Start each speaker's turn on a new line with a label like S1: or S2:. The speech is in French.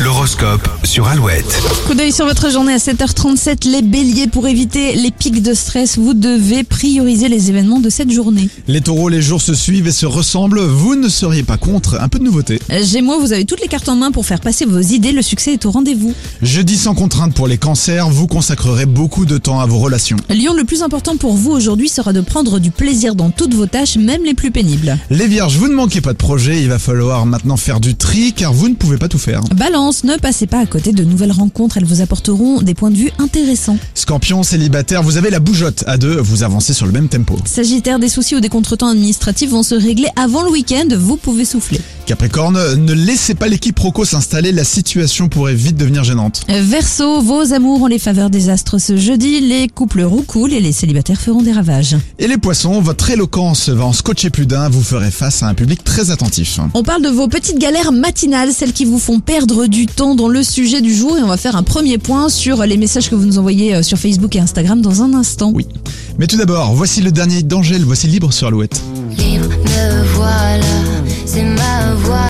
S1: L'horoscope sur Alouette.
S2: Coup d'œil sur votre journée à 7h37, les béliers, pour éviter les pics de stress, vous devez prioriser les événements de cette journée.
S3: Les taureaux, les jours se suivent et se ressemblent. Vous ne seriez pas contre un peu de nouveauté.
S2: Euh, Gémeaux, vous avez toutes les cartes en main pour faire passer vos idées, le succès est au rendez-vous.
S3: Jeudi sans contrainte pour les cancers, vous consacrerez beaucoup de temps à vos relations.
S2: Lyon, le plus important pour vous aujourd'hui sera de prendre du plaisir dans toutes vos tâches, même les plus pénibles.
S3: Les vierges, vous ne manquez pas de projet. Il va falloir maintenant faire du tri car vous ne pouvez pas tout faire.
S2: Balance, ne passez pas à côté de nouvelles rencontres, elles vous apporteront des points de vue intéressants.
S3: Scorpion, célibataire, vous avez la bougeotte. À deux, vous avancez sur le même tempo.
S2: Sagittaire, des soucis ou des contretemps administratifs vont se régler avant le week-end, vous pouvez souffler.
S3: Capricorne, ne laissez pas l'équipe Rocco s'installer. La situation pourrait vite devenir gênante.
S2: Euh, Verseau, vos amours ont les faveurs des astres ce jeudi, les couples roucoulent et les célibataires feront des ravages.
S3: Et les poissons, votre éloquence va en scotcher plus d'un. Vous ferez face à un public très attentif.
S2: On parle de vos petites galères matinales, celles qui vous font perdre du temps dans le sujet du jour et on va faire un premier point sur les messages que vous nous envoyez euh, sur Facebook et Instagram dans un instant.
S3: Oui. Mais tout d'abord, voici le dernier d'Angèle. Voici Libre sur Alouette.
S4: Libre, me voilà, c'est ma voix.